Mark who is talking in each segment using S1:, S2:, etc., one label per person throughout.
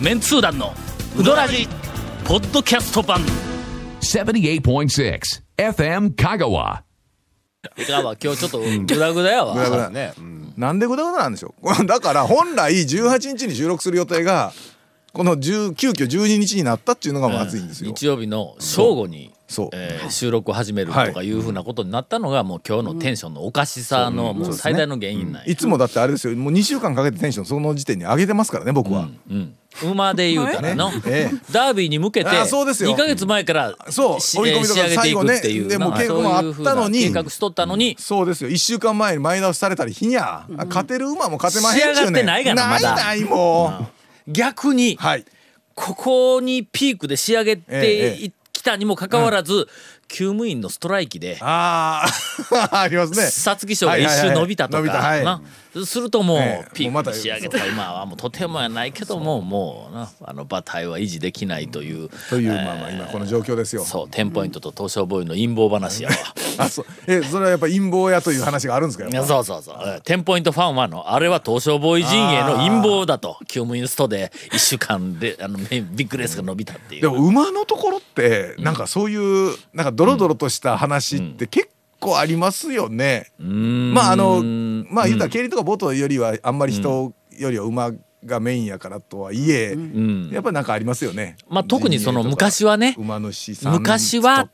S1: メンツー団のウドラジポッドキャスト版
S2: 78.6 FM Kagawa.
S3: いかんわ今日ちょっとグダグダやわ
S4: グダグダね、うんなんでグダグダなんでしょう だから本来18日に収録する予定がこの10急遽12日になったっていうのがまずいんですよ、
S3: 日曜日の正午に
S4: そう
S3: えー収録を始めるとかいうふうなことになったのがもう今日のテンションのおかしさのもう最大の原因なんや
S4: いつもだってあれですよもう2週間かけてテンションその時点に上げてますからね僕は、
S3: 馬で言うたらの、
S4: え
S3: ダービーに向けて
S4: あそうですよ
S3: 2か月前から
S4: そう
S3: し
S4: 折り込みとか
S3: 仕上げていくってい
S4: 最後
S3: う
S4: ねでも
S3: な
S4: 稽古も
S3: そういうふうな
S4: あったのに
S3: 計画しとったのに、
S4: そうですよ1週間前に前倒しされたりひにゃ、勝てる馬も勝てまへんちゅ
S3: 仕上が
S4: うねん
S3: ってないがなまだ
S4: ないないもう、
S3: 逆に、
S4: はい
S3: ここにピークで仕上げて
S4: え
S3: いきたにもかかわらず、厩務員のストライキで
S4: あ あありますね
S3: 皐月賞が一周伸びたと
S4: はいはいはい伸
S3: か
S4: びた
S3: な
S4: は
S3: するとも
S4: え
S3: う
S4: え
S3: ピー
S4: もうま
S3: ク
S4: た
S3: に仕上げた馬はもうとてもやないけどももうなあの馬体は維持できないという
S4: というまあまあ今この状況ですよ、
S3: そうテンポイントと東証ボーイの陰謀話やわ。
S4: あそうえそれはやっぱ陰謀やという話があるんですか
S3: い
S4: よ
S3: や そうそうそうえーテンポイントファンはのあれは東証ボーイ陣営の陰謀だとキュームインストで1週間であのめビッグレースが伸びたっていう
S4: でも馬のところってなんかそういうなんかドロドロとした話って結構ありますよね。まああのまあ言ったら競輪とかボートよりはあんまり人よりは馬がメインやからとはいえ、やっぱなんかありますよね。
S3: まあ特にその
S4: 陣営とか
S3: 昔はね
S4: 馬主さんとか
S3: 昔は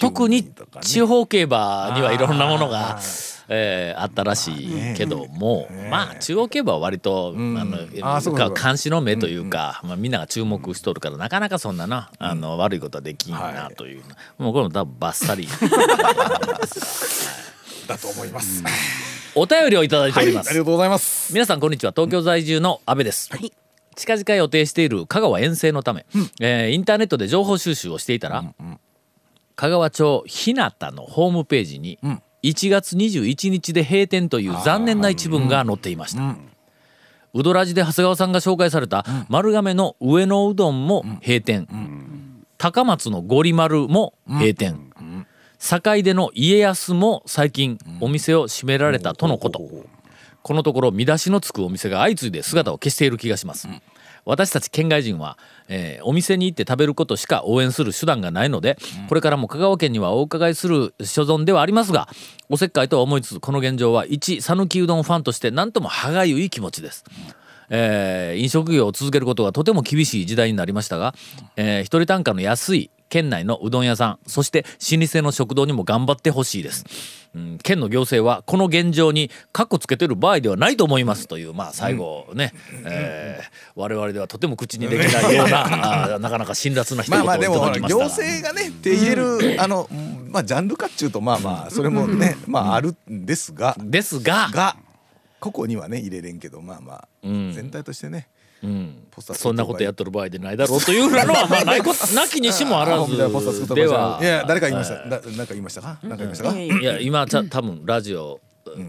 S3: 特に
S4: とかね
S3: 地方競馬にはいろんなものがあ,、えーあったらしいけども、まあ中央競馬は割と、あの
S4: あそうかそうか
S3: 監視の目というか、まあ、みんなが注目しとるからなかなかそんななあの悪いことはできんなという、もうこれも多分バッサリ
S4: だと思います。
S3: お便りをいただいてお
S4: はいあ
S3: り
S4: り
S3: ま
S4: が
S3: す。
S4: とうございます。
S3: 皆さんこんにちは東京在住の阿部です、近々予定している香川遠征のため、えーインターネットで情報収集をしていたら、香川町日向のホームページに、1月21日で閉店という残念な一文が載っていました、うどらじで長谷川さんが紹介された丸亀の上野うどんも閉店、高松のゴリ丸も閉店、堺での家康も最近お店を閉められたとのこと、このところ見出しのつくお店が相次いで姿を消している気がします、私たち県外人は、えーお店に行って食べることしか応援する手段がないので、これからも香川県にはお伺いする所存ではありますがおせっかいとは思いつつこの現状は一讃岐うどんファンとして何とも歯がゆい気持ちです、えー飲食業を続けることがとても厳しい時代になりましたが、えー一人単価の安い県内のうどん屋さんそして老舗の食堂にも頑張ってほしいです、うん、県の行政はこの現状にカッコつけてる場合ではないと思いますというまあ最後ね、えー我々ではとても口にできないよう なあーなかなか辛辣な一
S4: ま
S3: 言
S4: あまあでも
S3: をいただき
S4: ほら
S3: ました
S4: 行
S3: が
S4: 政がね手入れるあのまあジャンルかっちゅうとまあまあそれもねまああるんですが。
S3: ですが
S4: が個々にはね入れれんけどまあまあ、全体としてね、ポスター
S3: そんなことやっ
S4: っ
S3: とる場合でないだろうというふうな のはまあないことなきにしもあらず
S4: ポスター作った場
S3: では
S4: 合じゃな
S3: い
S4: いや誰か言いました、だなんか言いましたかなんか言いましたか、
S3: いや今ちゃ多分ラジオ、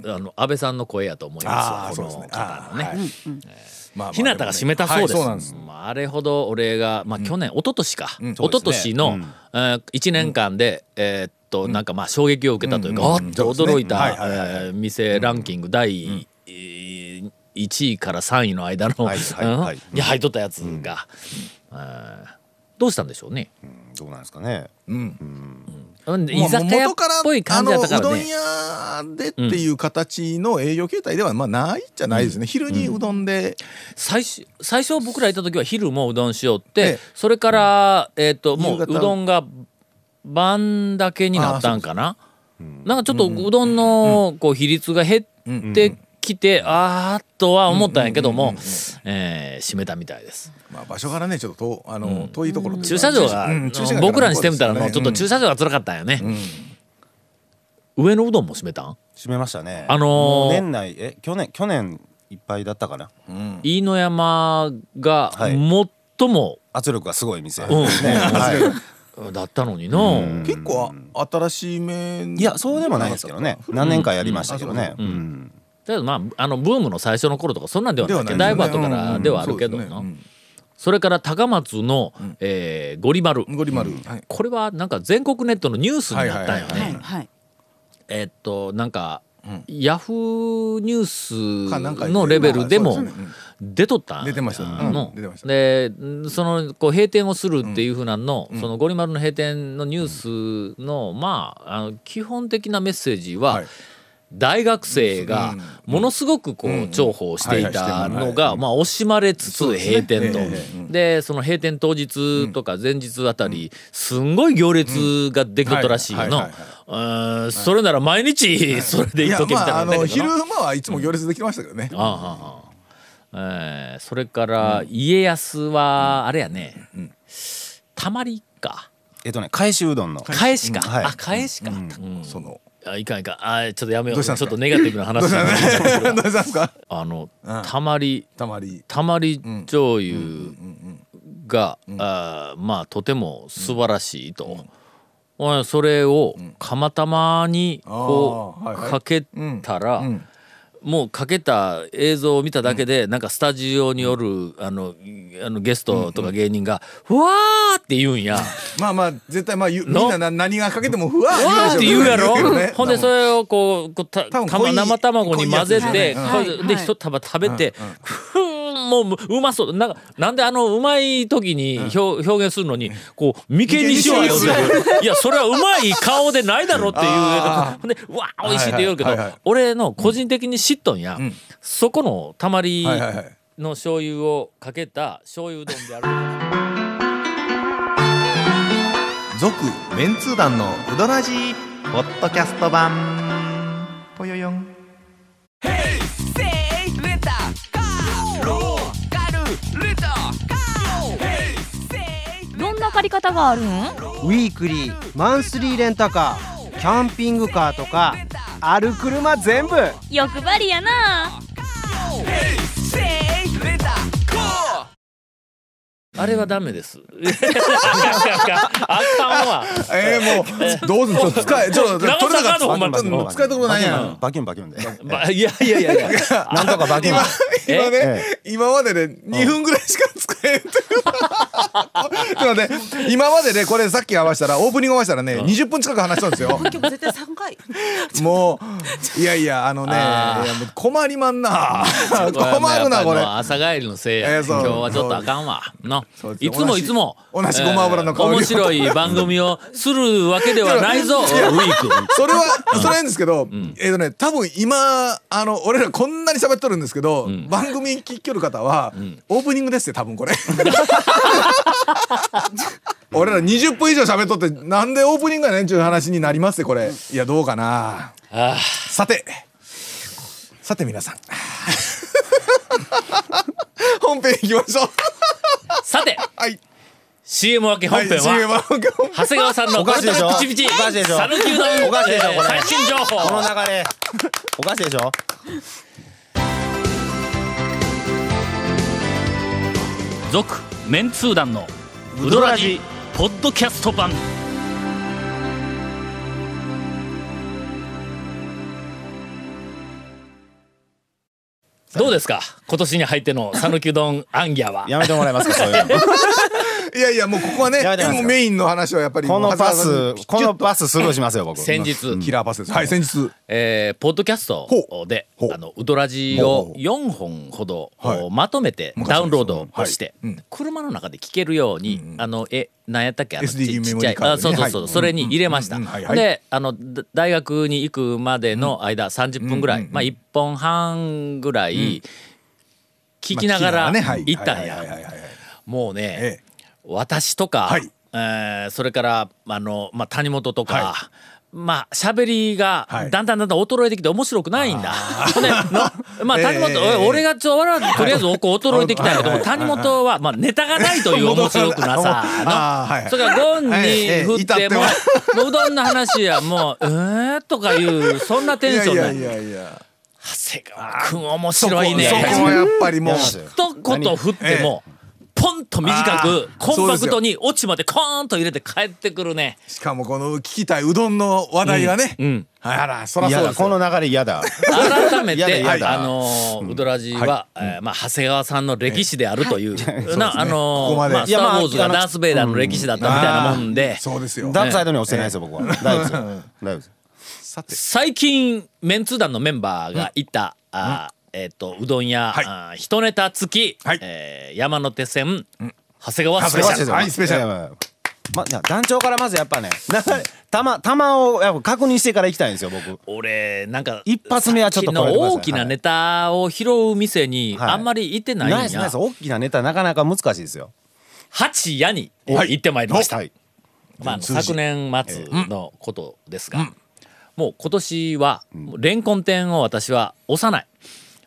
S3: あの安倍さんの声やと思い
S4: あ
S3: ま
S4: あ
S3: す
S4: そう
S3: わ
S4: です
S3: この
S4: ね
S3: 方の
S4: あー
S3: ね
S4: はいまあまあ
S3: 日向が締めたそうです,、
S4: はいそうなんです
S3: まあ、あれほど俺が、まあ、去年、一昨年か、
S4: うん
S3: 一昨年の、えー1年間で、えーっとなんかまあ衝撃を受けたというか、
S4: うん
S3: あ
S4: うん
S3: っと驚いた、
S4: そうですねはいはいはい
S3: えー店ランキング第、えー1位から3位の間の、
S4: はいはいはい
S3: うんに入っとったやつが、えーどうしたんでしょうね。
S5: どうなんですかね。
S3: 居酒屋っぽい感じだったから
S4: あのう
S3: ね。
S4: どん屋でっていう形の営業形態ではまあないじゃないですね、昼にうどんで、
S3: 最初最初僕らいた時は昼もうどんしようって、
S4: ええ
S3: それから、えっ、とも
S4: 夕
S3: うう
S4: 方
S3: どんが晩だけになったんかななんかちょっとうどんのこう比率が減ってきて、あーっとは思ったんやけども、えー閉めたみたいです
S4: まあ、場所からねちょっと遠あの、遠いところというか
S3: 駐車場が、
S4: うん駐車場が
S3: 僕らにしてみたらのちょっと
S4: う
S3: 駐
S4: ん
S3: 車場が辛かったんよね、上のうどんも閉めたん
S5: 閉めましたね。
S3: あのー
S5: もう年内え去年去年いっぱいだったかな。
S3: 飯野山が
S5: はい
S3: 最も、
S5: 圧力がすごい店。
S3: うん
S5: ねは
S3: だったのにの、
S4: 結構あ新しい面
S5: い。いやそうでもないですけどね。何年かやりましたけどね。うん
S3: だけどまああのブームの最初の頃とかそんなんではなくてダイバーとかからではあるけどな、それから高松の、えーゴリ丸
S4: ゴリ丸、はい
S3: これはなんか全国ネットのニュースになったんよね、
S4: はいはいはい
S6: はい。
S3: えーっとなんかヤフーニュ
S4: かなん
S3: ー
S4: か
S3: スのレベルでも
S4: そうですね
S3: 出とったん
S4: 出てましたうん
S3: の
S4: 出てました
S3: でんそのこう閉店をするっていうふうなの、そのゴリ丸の閉店のニュースの、まああの基本的なメッセージは、
S4: はい
S3: 大学生が
S4: うん
S3: ものすごくこう重宝していた
S4: はいは
S3: の
S4: いしてま
S3: が、
S4: す
S3: まあ、惜しまれつつ閉店と
S4: そうですねえええ。
S3: でその閉店当日とか前日あたりすんごい行列ができとったらしいよ
S4: うん
S3: な
S4: はいはい
S3: うんそれなら毎日それで行っ
S4: いや
S3: とけみ
S4: ま
S3: たいな
S4: ああ
S3: んだけど
S4: の
S3: な
S4: 昼間はいつも行列できてましたけどね
S3: ああああえーそれから家康はあれやね、たまりか
S5: えっとね返しうどんの
S3: 返しか、
S5: うんはい
S3: あ返しか、うん
S4: その
S3: あいかんいかんあちょっとやめよう
S4: どうしたん
S3: ち
S4: す
S3: ょっ
S4: か
S3: とネガティブな
S4: どう
S3: 話
S4: し
S3: にな
S4: た
S3: っ
S4: ん
S3: てしまったけど
S4: ですかどうしたんですか
S3: あの
S4: うん
S3: たまり
S4: たまり
S3: たまり醤油が、あーまあとても素晴らしいと、うんそれを釜玉にこう
S4: あーはいはい
S3: かけたら、
S4: ん
S3: もうかけた映像を見ただけで、なんかスタジオによる、あのあのゲストとか芸人が「うわ!」って言うんや。
S4: まあまあ絶対まあゆみん
S3: の
S4: なな何がかけてもふわー
S3: わーって言うやろ、
S4: けどね
S3: ほんでそれをこうこうた
S4: 多分
S3: た
S4: 濃
S3: ま
S4: い
S3: 生卵に混ぜ
S4: 濃い
S3: て、
S4: やつです
S6: よね
S3: こ
S6: は
S3: う
S6: い
S3: で
S6: はい
S3: 一束食べて、ふーんもううまそうなんかなんであのうまい時に表,、表現するのにこう眉間にしようよっていういやそれはうまい顔でないだろっていう
S4: あ
S3: ほんでうわー美味しいって言うけど、
S4: はいはいはいはい
S3: 俺の個人的に知っとんや、そこのたまり
S4: はいはいはい
S3: の醤油をかけた醤油うどんである。
S7: 続メンツー団のウドラジーポッドキャスト版ぽよよん
S6: どんな借り方があるん
S8: ウィークリーマンスリーレンタカーキャンピングカーとかある車全部
S6: 欲張りやな
S3: あれはダメです。 あかん わ。
S4: えー、もうどうぞちょっと使えちょっと
S3: 長
S4: 取れな
S3: 坂
S4: かった
S3: のほんまに
S4: うん使えたことないやん
S5: バキュンバキュンバキュンで
S3: ばいやいやいやいや。
S5: なんとかバキュン
S4: 今ね、
S5: え
S4: 今までで、2分ぐらいしか使えんという ちょっと待って今まででこれさっき合わせたらオープニング合わせたらね、20分近く話したんですよ
S9: 今日も絶対三 回。
S4: もういやいやあのね
S3: あー
S4: いやもう困りまん な
S3: まあ
S4: 困るなこれ
S3: やっぱあの朝帰りのせいや、
S4: えーそう
S3: 今日はちょっとあかんわ。の
S4: そうです
S3: いつも
S4: 同じ
S3: いつも
S4: 同じごま油の香りを
S3: 面白い番組をするわけではないぞ。ウィーク。
S4: それはそれなんですけど、えっとね多分今あの俺らこんなに喋っとるんですけど、番組聞きよる方は、オープニングですよ多分これ俺ら20分以上喋っとってなんでオープニングやねんちゅう話になりますよこれいやどうかな
S3: あ
S4: さてさて皆さん本編いきましょう
S3: ーさて、
S4: はい、
S3: CM 分け本編
S4: はい CM
S3: は。
S4: 本編
S3: 長谷川さんの
S5: おかしいでしょ
S3: これとピチピチ
S5: おかしいでしょ
S3: 讃岐うどん
S5: おかしいでしょ
S3: えー
S5: これ
S3: 最新情報
S5: この流れ おかしいでしょ
S1: 続メンツー団のウドラジポッドキャスト版
S3: どうですか今年に入っての讃岐うどんアンギャは
S5: やめてもらえますかそういうの
S4: いやいやもうここはね
S5: やめて
S4: で
S5: ますよ
S4: もメインの話はやっぱり
S5: このパス
S4: もう長谷川さん
S5: このパススルーしますよ僕
S3: 先日
S4: キラーパスですはい先日
S3: えーポッドキャストで
S4: ほうほう
S3: あのウドラジを4本ほど
S4: はい
S3: まとめてダウンロードをして、
S4: はいうん
S3: 車の中で聞けるように、あのえ何やったっけあのちちっ
S4: SD メモ
S3: ちゃい
S4: リーカード
S3: あそうそうそう、
S4: はい
S3: それに入れました、
S4: うんうんうんはいはい
S3: であのだ大学に行くまでの間30分ぐらい、
S4: うんうんうん
S3: まあ、1本半ぐらい聞きなが
S4: ま
S3: ら
S4: あ聞き
S3: 行
S4: な
S3: っ
S4: が
S3: たん
S4: ねはいはい
S3: や
S4: はいはいはい
S3: もうね、
S4: ええ
S3: 私とか、
S4: はい
S3: えーそれからあの、まあ、谷本とか、まあ喋りが
S4: はい
S3: だんだんだんだん衰えてきて面白くないんだ。ほんでのまあ
S4: ええ
S3: 谷本、
S4: ええ
S3: 俺がちょ笑うとりあえずこう衰えてきたんやけど、
S4: はい
S3: 谷本は、まあ、ネタがないという面白く なさ
S4: あーはい
S3: のそれからゴンに
S4: ええええ
S3: 振っても
S4: 至
S3: もううどんの話やもう「えー?」とかいうそんなテンション
S4: い
S3: で
S4: やいやいやいや
S3: 長谷川君面白いね。
S4: そこそこはやっぱりもう
S3: 一言振っても、ポンと短く
S4: あー
S3: コンパク
S4: そ
S3: ト
S4: う
S3: に落ちまでコーンと入れて帰ってくるね
S4: しかもこの聞きたいうどんの話題がね、
S3: うん
S4: あらそら
S5: い
S4: そう
S5: や
S4: です
S5: こ
S4: よ
S5: の流れ嫌だ
S3: 改め
S5: やだ
S3: て、
S5: やだ
S3: あのーウドラジは、えーまあ、長谷川さんの歴史であるという、なあのー
S4: ここまで
S3: まあ、ス
S5: い
S3: タ
S5: や
S3: ー・
S5: まあ
S3: ウォーズが
S5: あの
S3: ダース・ベイダーの歴史だったみたいなもんで、
S4: そうですよ
S5: ダークサイドには落ちてないですよ僕は大丈夫ですよ大丈夫です
S4: さて
S3: 最近メンツー団のメンバーが行った、あーえっ、とうどん屋、
S4: はい
S3: あー一ネタ付き、
S4: はい
S3: えー山手線、長谷川スペシ
S4: 長
S3: ャル
S4: 谷川先生はいスペシャル
S5: いやいやいやま、じゃあ団長からまずや っぱねな玉玉をやっぱ確認してから行きたいんですよ僕
S3: 俺なんか
S5: 一発目はちょっ
S3: さ
S5: と
S3: きの
S5: これ
S3: 大きなネタを拾う店に
S5: はい
S3: あんまり行ってないんや、
S5: ナイスナイス大きなネタなかなか難しいですよ
S3: 八谷に行ってまいりました、
S5: はい
S3: まあ、昨年末のことですが、もう今年はもうレンコン店を私は押さない。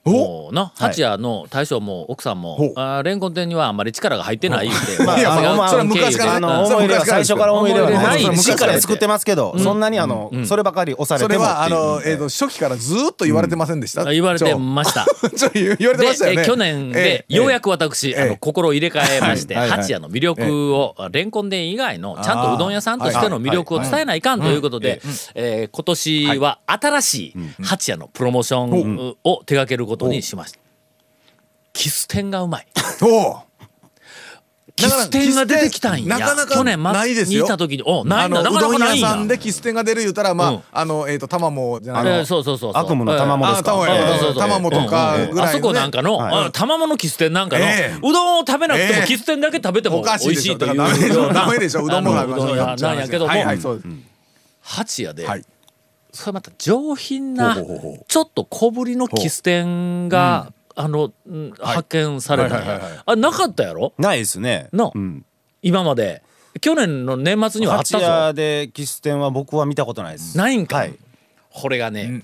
S3: もうな八谷の大将も奥さんも、あーレンコン店にはあんまり力が入ってない言うて、
S5: まあ
S4: いや
S5: あの
S4: まあそれは昔から
S5: あ
S3: の
S4: それ
S5: の
S4: は
S5: 思い入れは
S4: 昔からですよ
S5: 最初から思い入れ
S3: 思
S5: は
S3: い入れはない
S5: しっかり作ってますけど、そんなにあの、そればかり押され
S4: そ
S5: て
S4: れ
S5: も
S4: はあ
S5: っ
S4: の、
S5: てい
S4: え
S5: う
S4: ー、と初期からずーっと言われてませんでした、
S3: 言われて
S4: ちょ
S3: ました。
S4: ちょ言言われて
S3: で、
S4: ましたよ
S3: え
S4: ね
S3: 去年で
S4: ええ
S3: ようやく私、
S4: ええ
S3: あの心を入れ替えまして、
S5: はいはい
S3: 八谷の魅力を、レンコン店以外のちゃんとうどん屋さんとしての魅力を伝えないかんということで、えー今年は新しい八谷のプロモーションを手掛けることにしました。キス店がうまい。
S4: おう
S3: キス店が出てきたんや。
S4: なかなか
S3: 去年
S4: ない
S3: 末
S4: です
S3: に
S4: よ
S3: いた時に、お、ない
S4: あ
S3: んだ、な
S4: のう
S3: か
S4: ど
S3: なんかな
S4: 屋
S3: いんや
S4: さん。でキス店が出る言うたらまあ、
S3: うん
S4: あのえっ、と玉もじゃ
S3: え
S4: ない
S3: ーそうそうそうそう。
S5: 悪夢の玉も
S4: あ
S5: ですか、
S4: 玉
S3: え
S4: や
S3: えそうそうそう
S4: 玉もとかぐらいのね
S3: あそこなんかの、
S5: はい
S3: あ玉物喫茶店なんかの、
S4: ええ
S3: うどんを食べなくて
S4: え
S3: も
S4: え
S3: 喫茶店だけ食べても
S4: お
S3: 美
S4: かしい
S3: 味
S4: で
S3: し
S4: し
S3: い
S4: ょ
S3: と
S4: だ
S3: いう
S4: からダメでしょダメでしょうどんも
S3: あのうどん屋なんやけども、
S4: はいはいそうです
S3: 八谷で、
S4: はい
S3: それまた上品な
S4: ほうほうほうほう
S3: ちょっと小ぶりの喫茶店が、あの、うん発見されたんや、
S4: はいはいはいは
S3: あなかったやろ
S5: ないですね
S3: の
S5: うん、
S3: 今まで去年の年末にはあっ
S5: 八
S3: たぞ
S5: 谷で喫茶店は僕は見たことないです
S3: ないんか、
S5: はい
S3: これがね、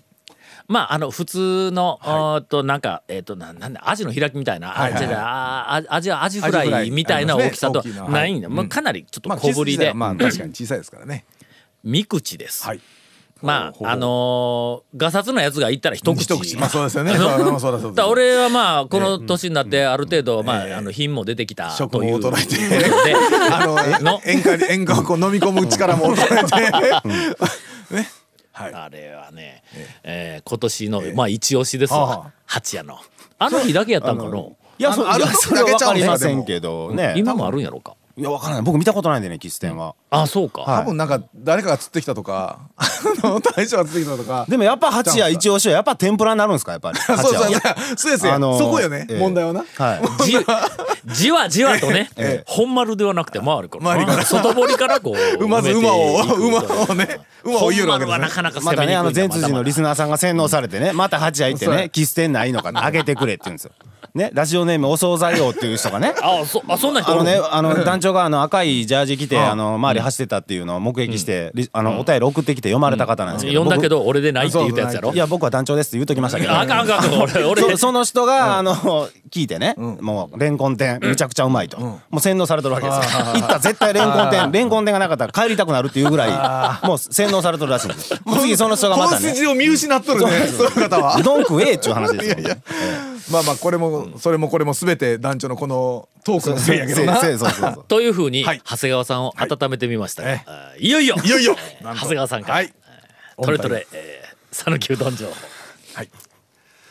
S3: まああの普通の、あーっとなんかえーっ、とななんだアジの開きみたいな、あ
S4: はいはいはい
S3: じゃああアジアジフ
S4: アジ
S3: ラ
S4: フラ
S3: イ
S4: イ
S3: みたいな
S4: あります
S3: 大きさ
S4: ね
S3: と
S4: 大きなはい
S3: ないんだ、まあ
S4: うん
S3: かなりちょっと
S4: まあ
S3: 小ぶりで、
S4: まあ確かに小さいですからね
S3: 三口です。
S4: はい
S3: ま
S4: ほうほ
S3: あ
S4: う
S3: あのー、ガサツのやつが言ったら一口。
S4: 一口まあそうですよ ねそうそうそうだそう
S3: だ
S4: だ
S3: から俺はまあこの年になってある程度まああの品も出てきた
S4: 食
S3: という
S4: も
S3: こと
S4: 衰
S3: で
S4: えてあの
S3: の
S4: 演歌に演歌をこう飲み込む力も衰 えて
S3: あれはね、えー今年の、まあ一押しですわ八谷のあの日だけやったんかの
S5: いやそ
S4: あの
S5: いや
S4: あの
S5: それは分かりませ
S4: で
S5: ん
S4: も
S5: けどね
S3: 今もあるんやろうか
S5: いや分からない僕見たことないんでね喫茶店は、
S3: あそうか、
S4: 多分なんか誰かが釣ってきたとかあの大将が釣ってきたとか
S5: でもやっぱ八谷一押しはやっぱ天ぷらになるんですかやっぱり八
S4: あ そう
S5: 谷
S4: そう
S5: は
S4: そうそうですよ、
S5: あのー
S4: そこよね、
S5: ええ
S4: 問題はな
S5: はい
S3: じじわじわとね、
S4: ええ
S3: 本丸ではなくて周りから
S4: 周りから
S3: 外堀からこう
S4: 馬ず
S3: 埋めて
S4: 馬を
S3: いくというか
S4: 馬をね馬を言うわ
S3: 本丸
S4: けですね
S3: はなかなか攻
S5: ま
S3: め
S5: た
S3: にくい
S5: ね
S3: んだ
S5: あの前通人のリス
S3: ま
S5: ナーさんが洗脳されてねまた八谷行って
S4: そうや
S5: ね喫茶店ないのかあげてくれって言うんですよ。ねラジオネームお惣菜王っていう人 がね
S3: だまだあそあそんな人
S5: あ
S3: おる
S5: のねあの団長があの赤いジャージ着てあの周り走ってたっていうのを目撃してリあのお便り送ってきて読まれた方なんですけど
S3: 呼んだけ
S5: ど
S3: ど俺でないって言ったやつやろ
S5: いや僕は団長ですって言うときましたけど
S3: あかんあかんあかん俺俺
S5: そその人が、あの聞いてね、もうレンコン店めちゃくちゃうまいと、もう洗脳されてるわけですよ行ったら絶対レンコン店レンコン店がなかったら帰りたくなるっていうぐらいもう洗脳されてるらしいんです もう次その人がま
S4: 本
S5: たね
S4: 筋を見失っとるねそういう方は
S5: うどん食えっちゅう話ですよ、ね、
S4: まあまあこれもそれもこれも全て団長のこのトークのせいやけどな
S5: せいせいそうそうそう
S3: というふうに、
S4: はい
S3: 長谷川さんを温めてみましたが、
S4: はい
S3: あいよいよ
S4: いよいよ
S3: えー 長谷川さんから、
S4: はい
S3: トレトレえー讃岐、うどん城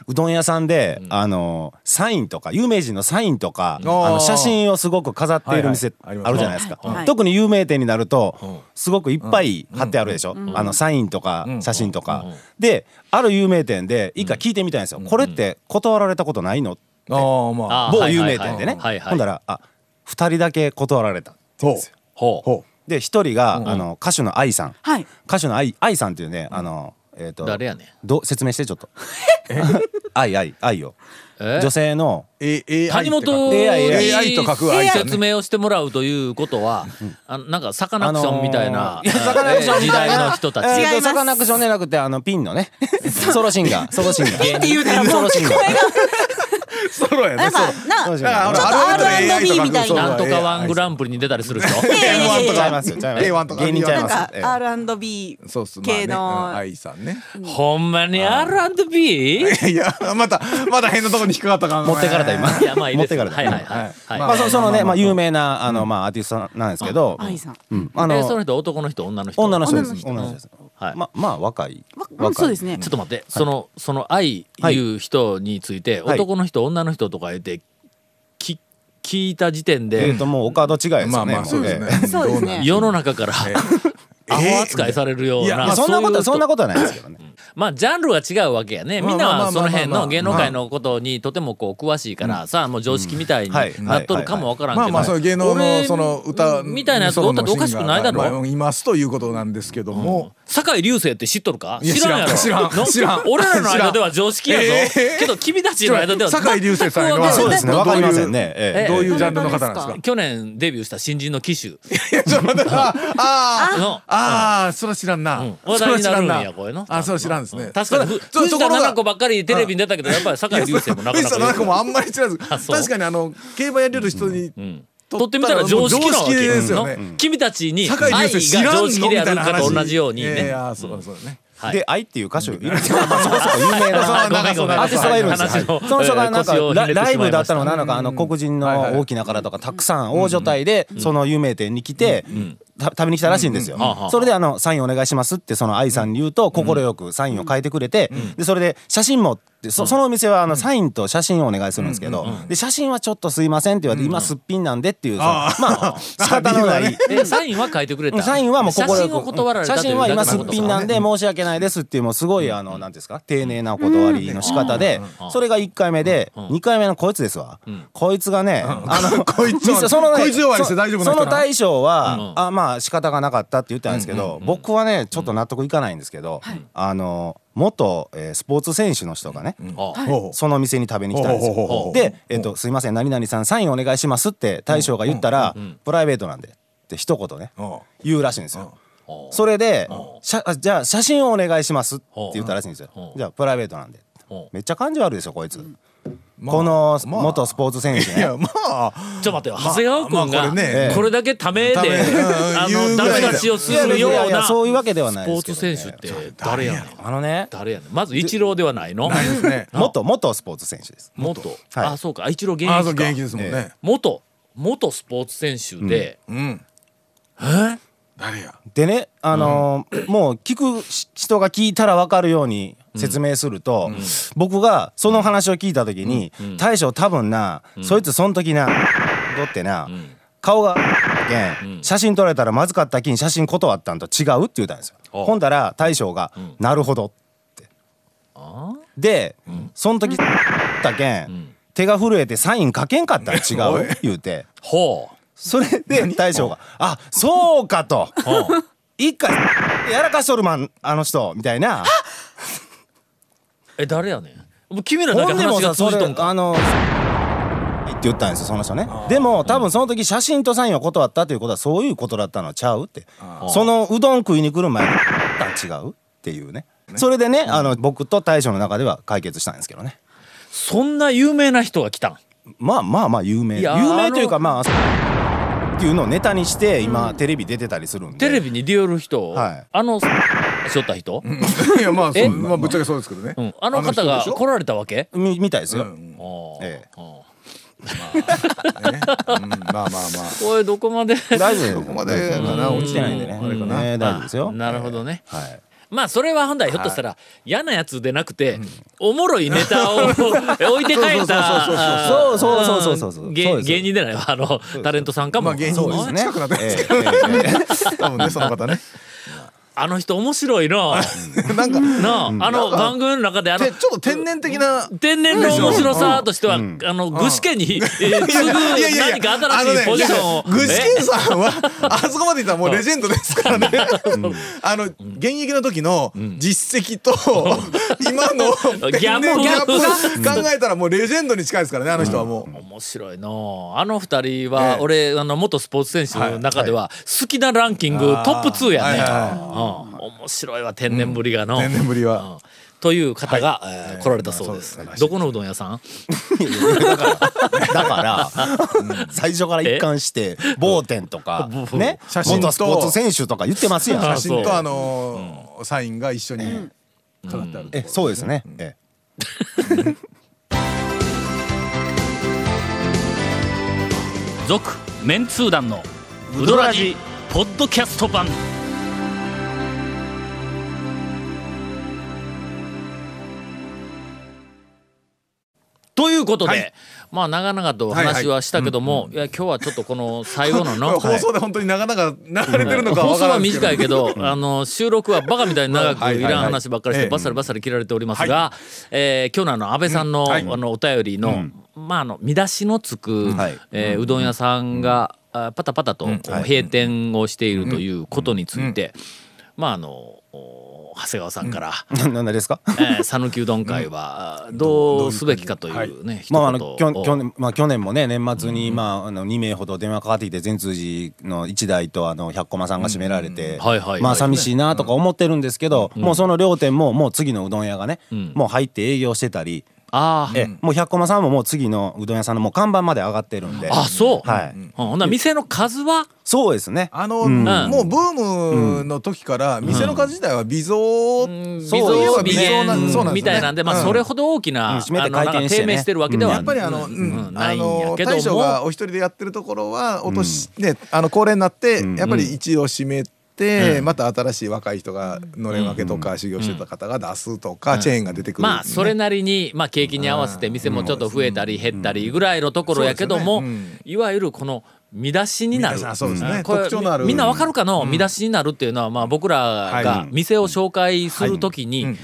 S5: うどん屋さんで、あのサインとか有名人のサインとかあの写真をすごく飾っている店あ
S4: はい
S5: る
S4: はい
S5: じゃないですか、
S6: はいはい
S5: 特に有名店になるとすごくいっぱい貼ってあるでしょ、あのサインとか写真とか、である有名店で一回聞いてみたんですよ、これって断られたことないのって
S4: ああまあ
S3: あ
S5: 某有名店でね、
S3: はいはいはい
S5: ほんだらあ2人だけ断られた
S4: そう
S3: ほう
S4: ほ
S5: で1人が、あの歌手の愛さん、
S6: はい
S5: 歌手の愛愛さんっていうねあの、えー、と
S3: 誰やねん
S5: ど説明してちょっと 愛愛愛よ
S3: え
S5: 女性の
S4: う A- AI
S3: 谷
S4: って
S3: 本
S4: 書く
S5: AI
S4: AI と書く AI
S3: に
S4: ね
S3: 説明をしてもらうということは、あのなんかサカナクションみたいな、
S5: あのーいやサカナクションみたい
S3: えー時代の
S5: な
S3: 人たち、
S5: えー
S6: 違います
S5: サカナクションじゃなくてあのピンのねソロシンガーソロシン ガーピンって
S6: 言うたらもう
S5: ソロシンガ ー
S4: ソロや
S6: な
S4: ね
S6: んか、
S5: そ
S6: な
S5: うじ
S4: だから
S5: ゃ
S4: ほ
S5: ない
S4: ら
S6: ちょっ
S4: R&B
S6: と R&B みたい
S4: と
S6: な
S3: な
S4: 書
S3: ん
S4: く
S3: とかワング
S4: そう
S3: ランプリに出たりする人
S6: いやいやいやい
S5: ちゃい
S6: や
S5: ますよちゃい
S4: A1
S5: ます
S4: とか
S5: 芸人ちゃい
S6: なん
S5: ます
S6: か
S5: ええ
S6: R&B
S4: そうっすまあね
S6: 系
S4: うん
S6: の
S4: 愛さんね
S3: ほんまに R&B?
S4: いやまたまた変なとこに引っかかったか
S5: 持ってかれた今
S3: いやまあいい
S5: 持
S3: で
S5: っ
S3: す
S5: てかれ
S3: は
S5: た
S3: いはいはい、はい
S5: まあそそのねまあ有名なあのまあアーティストなんですけど
S6: 愛さん
S5: うんあ
S3: えーその
S5: の
S3: 人男の人女の人
S5: 女の人で
S6: 女の
S5: す
S6: 人
S5: 女の人です
S3: はい
S5: ままあ若い
S6: わうん
S5: 若い
S6: そうですね
S3: ちょっと待って、そのその愛
S5: はい
S3: いう人について、
S5: はい
S3: 男の人女の人とか言ってき聞いた時点
S5: え
S3: で
S5: っ、ともうお門違いです
S4: ま
S5: よ
S4: あ
S5: ね
S4: まあそうです
S5: も
S4: ね
S5: ええ
S6: そうですね
S3: 世の中から、
S4: えー
S3: アホ扱いされるよう
S4: いや
S3: な、
S4: まあ
S5: そんなこと
S3: ういう
S5: はそんなことはないですけどね。
S3: まあジャンルは違うわけやねみんな
S4: まあま
S3: は
S4: あ
S3: そ
S4: まあまあま
S3: の
S4: あ
S3: 辺の芸能界のことにとてもこう詳しいから、さあもう常識みたいに
S5: はい
S3: なっとるかもわからんけど、
S4: まあまあそういう芸能の
S3: 俺
S4: その歌
S3: みたいなやつおったっておかしくないだろ、
S4: まあいますということなんですけども、
S3: 坂井流星って知っとるか
S4: いや
S3: 知らんやろ
S4: 知らん知らん
S3: の
S4: 知らん
S3: 俺らの間では常識やぞ、
S4: えー
S3: けど君たちの間では
S4: 坂井流星さんの
S3: 全くわかんな
S4: は
S3: い
S5: そうですね
S4: ど
S5: わかりません
S4: どう
S5: ね
S4: いう
S5: え
S3: え
S4: どういうジャンルの方なんですか
S3: 去年デビューした新人の機種
S4: いやちょっと待ってああー
S3: の
S4: あーそれは知らんな、
S3: うん
S4: そ
S3: 話
S4: れ
S3: 題
S4: は
S3: に
S4: 知
S3: な
S4: ら
S3: る
S4: ん
S3: ん
S4: な
S3: やこれの
S4: あそう知らんですね
S3: 確かにふ
S4: そ
S3: 藤田
S4: ところが
S3: 七子ばっかりテレビに出たけどやっぱり坂井流星もなかな
S4: 藤田七
S3: か
S4: 子もあんまり知らず
S3: あそう
S4: 確かにあの競馬やれる人に
S3: ん取ってみたら常識なわけ
S4: 常識ですよね
S3: うん君たちに
S4: 酒井
S3: 愛が
S4: 流星知らんの
S3: 常識であるかと同じように
S4: みたいな話いやい
S3: ね
S4: やそうそうね
S3: はい
S5: で、愛っていう歌手、いるまあそこそこ有名な。
S4: そう
S3: ごめんごめん
S5: アーティストがいるんです
S3: 話
S5: よ。
S3: の
S5: はいその人がなんか
S3: えー腰を
S5: ラ
S3: ひねって
S5: ライ
S3: しま
S5: ブ
S3: い
S5: だ
S3: ま
S5: っ
S3: した
S5: たのなのかあの黒人の大きな方とかたくさん大所帯でその有名店に来てた食べに来たらしいんですよ
S3: うんうん。
S5: それであのサインお願いしますってその愛さんに言うと快くサインを変えてくれてでそれで写真もってそそのお店はあのサインと写真をお願いするんですけどで写真はちょっとすいませんって言われて今すっぴんなんでっていうそのま あ仕方のない
S3: えサインは書いてくれた
S5: サインはもう
S3: 写
S5: 心
S3: 真
S5: よく
S3: を断られた
S5: 写
S3: とい
S5: 真
S3: う
S5: は今
S3: だけ
S5: す
S3: の
S5: っ
S3: こと
S5: ぴんなんで申し訳ないですっていうもうすごいあのなんですか丁寧なお断りの仕方でそれが1回目で2回目のこいつですわこいつがねあ の
S4: こいつは
S5: そのね
S4: こいつ弱いして大丈夫な人
S5: そ
S4: な
S5: の大将はあまあ仕方がなかったって言ったんですけど僕はねちょっと納得いかないんですけどあの元えースポーツ選手の人がね
S3: あ
S4: ほう
S5: その店に食べに来たんです
S4: ほうほうほうほ
S5: よ
S4: う。
S5: で、えっと、すいません、何々さん、サインお願いしますって大将が言ったら、プライベートなんで、って一言ね
S4: うん、
S5: 言うらしいんですよ。それで、しゃじゃあ写真をお願いしますって言ったらしいんですよ。じゃあ、プライベートなんで
S3: ほ。
S5: めっちゃ感じ悪いでしょ、こいつ。
S4: まあ
S5: この
S4: まあ
S5: 元スポーツ選手
S4: い
S5: ね
S4: や。まあ
S3: ちょっと待ってよ長谷川君
S4: まあまあ
S3: が
S4: これね
S3: これだけためで
S4: ためうん
S3: あ
S4: 言
S3: の
S4: う
S3: ダ
S4: ぐらいだ
S3: メ出しをす
S5: いやいや
S3: る
S5: い
S3: よ
S5: やいうや
S3: なス
S5: そう
S3: ポ
S5: いうわけではないです
S3: ー
S5: け
S3: ツ選
S5: どね
S3: 手って誰やねん
S5: あのね、
S3: 誰やねんまずイチローではないの
S4: ないですね
S5: 元、元スポーツ選手です。
S3: 元
S5: はい
S3: あそうかイチロー現
S4: あそう現
S3: 役
S4: 役
S3: か
S4: ですもんね、
S5: え
S3: 元元スポーツ選手で
S4: うん
S3: え
S4: 誰や
S5: でね、あのーもう聞くし人が聞いたら分かるように説明すると、僕がその話を聞いた時に、大将多分な、そいつその時な、どってな、顔が、けん、写真撮られたらまずかったきに写真断ったんと違うって言うたんですよ。
S3: あ
S5: ほんだら大将が、なるほどって。で、その時、ったけん、手が震えてサイン書けんかったら違う言うて。
S3: ほう
S5: それで大将が「あそうか」と「一回やらかしとるまんあの人」みたいな
S3: え誰やねんもう君らだ
S5: ほ
S3: け
S5: んで
S3: 話
S5: も
S3: が通
S5: さそ
S3: じ
S5: れ
S3: とんか
S5: あのって言ったんですよその人ねでも多分その時写真とサインを断ったということはそういうことだったのちゃうってそのうどん食いに来る前に「違う」っていうねそれでねあの僕と大将の中では解決したんですけどね
S3: そんな有名な人が来たん
S5: まあまあまあ有名
S3: いや
S5: 有名という
S3: あ
S5: か
S3: の
S5: まあっていうのをネタにして今テレビ出てたりするんで
S3: テレビに出よる人、
S5: はい
S3: あのしょった人、うん
S4: いやまあそ
S3: え
S4: うまあぶっちゃけそうですけどね、
S3: あの方
S4: 人で
S3: が
S4: しょ
S3: 来られたわけ
S5: みみたいですよ、
S4: うん
S3: あー
S5: ええ
S4: うんまあまあまあ
S3: これどこまで
S5: 大丈夫
S4: ここまでかな落
S5: 来
S4: ち
S5: て
S4: て
S5: な
S4: ないい
S5: ん
S4: ん
S5: で
S4: で
S5: ね
S4: ね。
S5: あ
S4: あ
S5: れ
S4: れ
S5: か
S4: か
S5: な
S4: な。
S5: 大丈夫ですよ
S3: なるほどね、
S5: はい
S3: まあそれは本来ひょっとしたら嫌なやつでなくて、おもろいネタを置いて帰った
S5: そうそうそうそうそうそ
S3: あー
S5: うそうそうそうそう
S3: 芸
S5: です
S3: 芸人でないわあのタレントさんかも、
S4: まあ芸人に近くなってますけ
S5: ええええええ
S4: ど、多分ねその方ね。
S3: あの人面白いの
S4: なんか
S3: なああの番組の中であの
S4: てちょっと天然的な。
S3: 天然の面白さとしては、あの具志堅に、えー次何か新しいポジションを、
S4: あのねいや具
S3: え
S4: 志堅さんはあそこまでいったらもうレジェンドですからね。あの現役の時の実績と今の
S3: ギャップ
S4: 天然ギャップが考えたらもうレジェンドに近いですからねあの人はもう。
S3: 面白いのあの二人は、
S4: ええ
S3: 俺あの元スポーツ選手の中では好きなランキングトップ2やね、
S4: はいはい
S3: うん、面白いわ天然ぶりがの、
S4: 天然ぶり
S3: う
S4: は。
S3: んという方が、えー来られたそうです,、どこのうどん屋さん
S5: だから最初から一貫して盲点とかね
S4: 写真と
S5: 元スポーツ選手とか言ってますや
S4: 写
S5: ん
S3: そう
S4: 真とあのーサインが一緒に飾ってある。
S5: えそうですねえ
S1: 続メンツー団のウドラジポッドキャスト版
S3: ということで、
S4: はい
S3: まあ長々とお話はしたけども、いや今日はちょっとこの最後の
S4: これ
S3: の
S4: 放送で本当になかなか流れてるのか
S3: 放
S4: わか
S3: 送
S4: ら
S3: は
S4: んです
S3: 短いけ
S4: けど。
S3: ど、あの収録はバカみたいに長く
S4: はい
S3: い
S4: はいはい
S3: らん話ばっかりし
S4: え
S3: て
S4: え
S3: バッサリバッサリ切られておりますが、えー今日のあの安倍さんの,、あのお便りの、まああの見出しのつく、
S5: はい
S3: えーうどん屋さんが、あパタパタと、こう閉店をしているということについて、まああのお長谷川さんから。
S5: 何ですか
S3: えー讃岐うどん会はどうすべきかというね、一言
S5: ま
S3: を
S5: あ、あのきょ去年まあ、去年もね年末に、まあ、あの2名ほど電話かかってきて善通寺の1台とあの百駒さんが閉められて、
S3: んはいはいはい
S5: まあ寂しいなとか思ってるんですけど、もうその両店ももう次のうどん屋がね、もう入って営業してたり、
S3: あー
S5: えもう百駒さんももう次のうどん屋さんのもう看板まで上がってるんで
S3: あそう、
S5: はい
S3: うんほんなら店の数は
S5: そうですね
S4: あの、
S5: うん
S4: もうブームの時から店の数自体は微増、
S3: 微
S4: そういえ
S3: 増
S4: ば
S3: 微
S4: なそうな
S3: 減
S4: んですよね
S3: みたいなんで、まあ、それほど大き
S5: う
S3: な,、
S5: ん閉めて
S3: あのなんか
S5: 回転してね
S3: 低迷してるわけでは、
S5: うん
S4: やっぱりあの、
S3: う
S4: うんん
S3: うんな
S4: あ
S3: いん
S4: の
S3: やけど
S4: 大将
S3: も
S4: がお一人でやってるところはお年、ねあの高齢になって、やっぱり一度閉めて、また新しい若い人がのれん分けとか、修行してた方が出すとか、チェーンが出てくる、
S3: まあそれ
S4: ね
S3: なりに、まあ、景気に合わせて店もちょっと増えたり減ったりぐらいのところやけども、
S4: そうですよね
S3: いわゆるこの見出しになる
S4: 見出しあそうですね
S3: これ
S4: 特徴のある
S3: みみんなわかるかの見出しになるっていうのは、まあ、僕らが店を紹介するときに、えー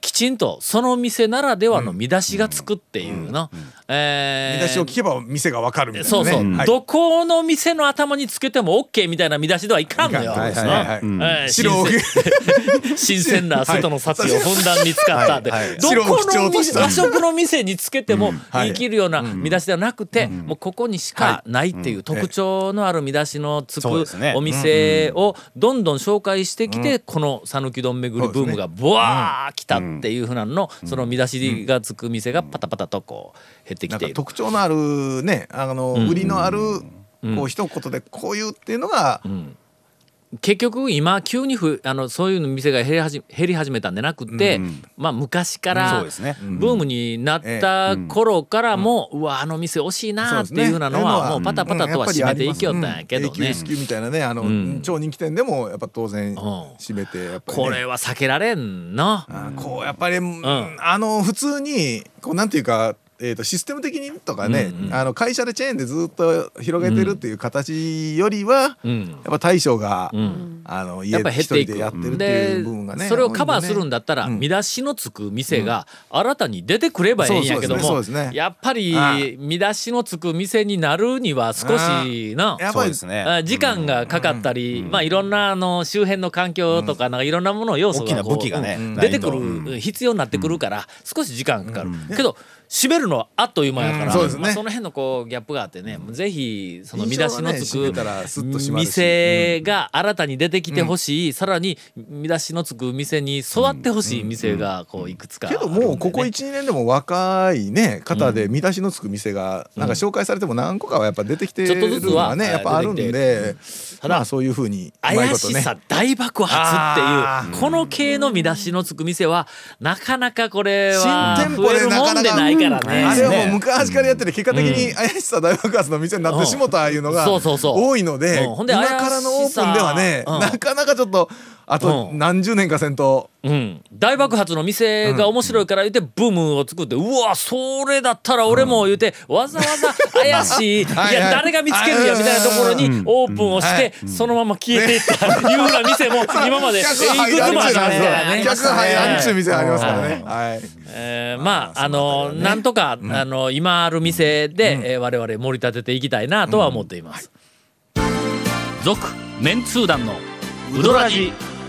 S3: きちんとその店ならではの見出しがつくっていうの、え
S4: 見
S3: ー
S4: 出しを聞けば店が分かるみたいなね
S3: そうそう、
S4: はい
S3: どこの店の頭につけても OK みたいな見出しではいかんのよ。
S4: いかんはい
S3: そ
S4: は
S3: う
S4: いはい
S3: えー
S4: 白を
S3: 新鮮新鮮な外の幸をふんだんに使ったで、
S5: はいはい
S3: ど
S4: 白を
S3: こ
S4: 基
S3: の
S4: 調とし
S3: 店
S4: た
S3: 和食の店につけても
S4: はい
S3: 生きるような見出しではなくて、もうここにしかないっていう特徴のある見出しのつく
S5: そうですね
S3: お店をどんどん紹介してきて、この讃岐丼巡りブームがブワー来たっていうふうなのその見出しがつく店がパタパタとこう減ってき
S4: なん
S3: てい
S4: か
S3: る。
S4: 特徴のあるねあの、売りのあるこう一言でこういうっていうのが、
S3: 結局今急にふあのそういうの店が減りはじ減り始めたんじゃなくて、まあ、昔か
S5: うん
S3: ら
S5: そうですね
S3: ブームになった頃からもう,、わあの店惜しいなーっていうふうなのはもうパタパタとは閉めていきよったんやけどね
S4: うんやっぱりありますうん永久。支給みたいなねあの、超人気店でもやっぱ当然閉めてやっぱり、ね、
S3: これは避けられんな。
S4: あーこうやっぱり、あの普通にこうなんていうか、えー、とシステム的にとかね、あの会社でチェーンでずっと広げてるっていう形よりは、
S3: ん
S4: やっぱ大将が、あの
S3: や
S4: 家
S3: っぱ
S4: で
S3: 減
S4: 一
S3: ってい
S4: 人
S3: く
S4: でやってるってい
S3: で
S4: う部分がね
S3: それをカバーするんだったら、
S4: うん
S3: 見出しのつく店が新たに出てくればいいんやけど
S4: そ
S3: も、
S4: うそうですねそうですね
S3: やっぱ
S4: ああ
S3: り見出しのつく店になるには少しな
S4: やっ
S5: そう
S4: ぱ
S5: で
S4: り
S5: すね
S3: あ時間がかかったり、まあいろんなあの周辺の環境とかなんかいろんなもの要素
S5: 大き
S3: が
S5: な
S3: こう
S5: 武器がね、
S3: うん
S5: な
S3: 出
S5: いと
S3: てくる、必要になってくるから少し時間かかる、けど締めるのはあっという間やから、
S4: うんそうですね
S3: まあ、その辺のこうギャップがあってねぜひその見出しのつ
S4: 印
S3: く
S4: 象がね締めたらスッと閉まるし
S3: 店が新たに出てきてほしい、さらに見出しのつく店に育ってほしい店がこういくつかあ
S4: け
S3: るんで
S4: ど
S3: ね、
S4: もうここ12年でも若いね方で見出しのつく店がなんか紹介されても何個かはやっぱ出てきて
S3: ちょっとず
S4: る
S3: つ
S4: の
S3: は
S4: はねやっぱあるん
S3: 出
S4: で
S3: ただ
S4: まあそういうふうにうまい
S3: 怪
S4: こと
S3: し
S4: ね
S3: さ大爆
S4: あ
S3: 発っていうこの系の見出しのつく店はなかなかこれは
S4: 新店
S3: 増
S4: 舗
S3: え
S4: で
S3: る
S4: な
S3: も
S4: か
S3: ん
S4: な
S3: で
S4: か
S3: ないから
S4: うんあれ
S3: ね。
S4: はもう昔からやってて結果的に怪しさ大爆発の店になってしもたいうのが
S3: うんそうそうそう
S4: 多いので
S3: うんほん
S4: 今
S3: で
S4: からのオープンではね
S3: 怪しさうん
S4: なかなかちょっとあと
S3: うん
S4: 何十年かせんと
S3: うん、大爆発の店が面白いから言ってブームを作って、うわそれだったら俺も言うて、わざわざ怪しいい
S4: はい
S3: や誰が見つけるや
S4: うん
S3: みたいなところにオープンをして、そのまま消えていったいうような 店も今までいく
S4: 客
S3: つ
S4: が入らん
S3: もあり
S4: ちゅう
S3: ま
S4: な
S3: し
S4: ん
S3: たからね。
S4: 客が入らんちゅう店ありますから
S3: は
S4: ね
S3: い
S4: はい
S3: えーまああのなんとか、あの今ある店で、えー我々盛り立てていきたいなとは思っています続、メンツー団のウドラジ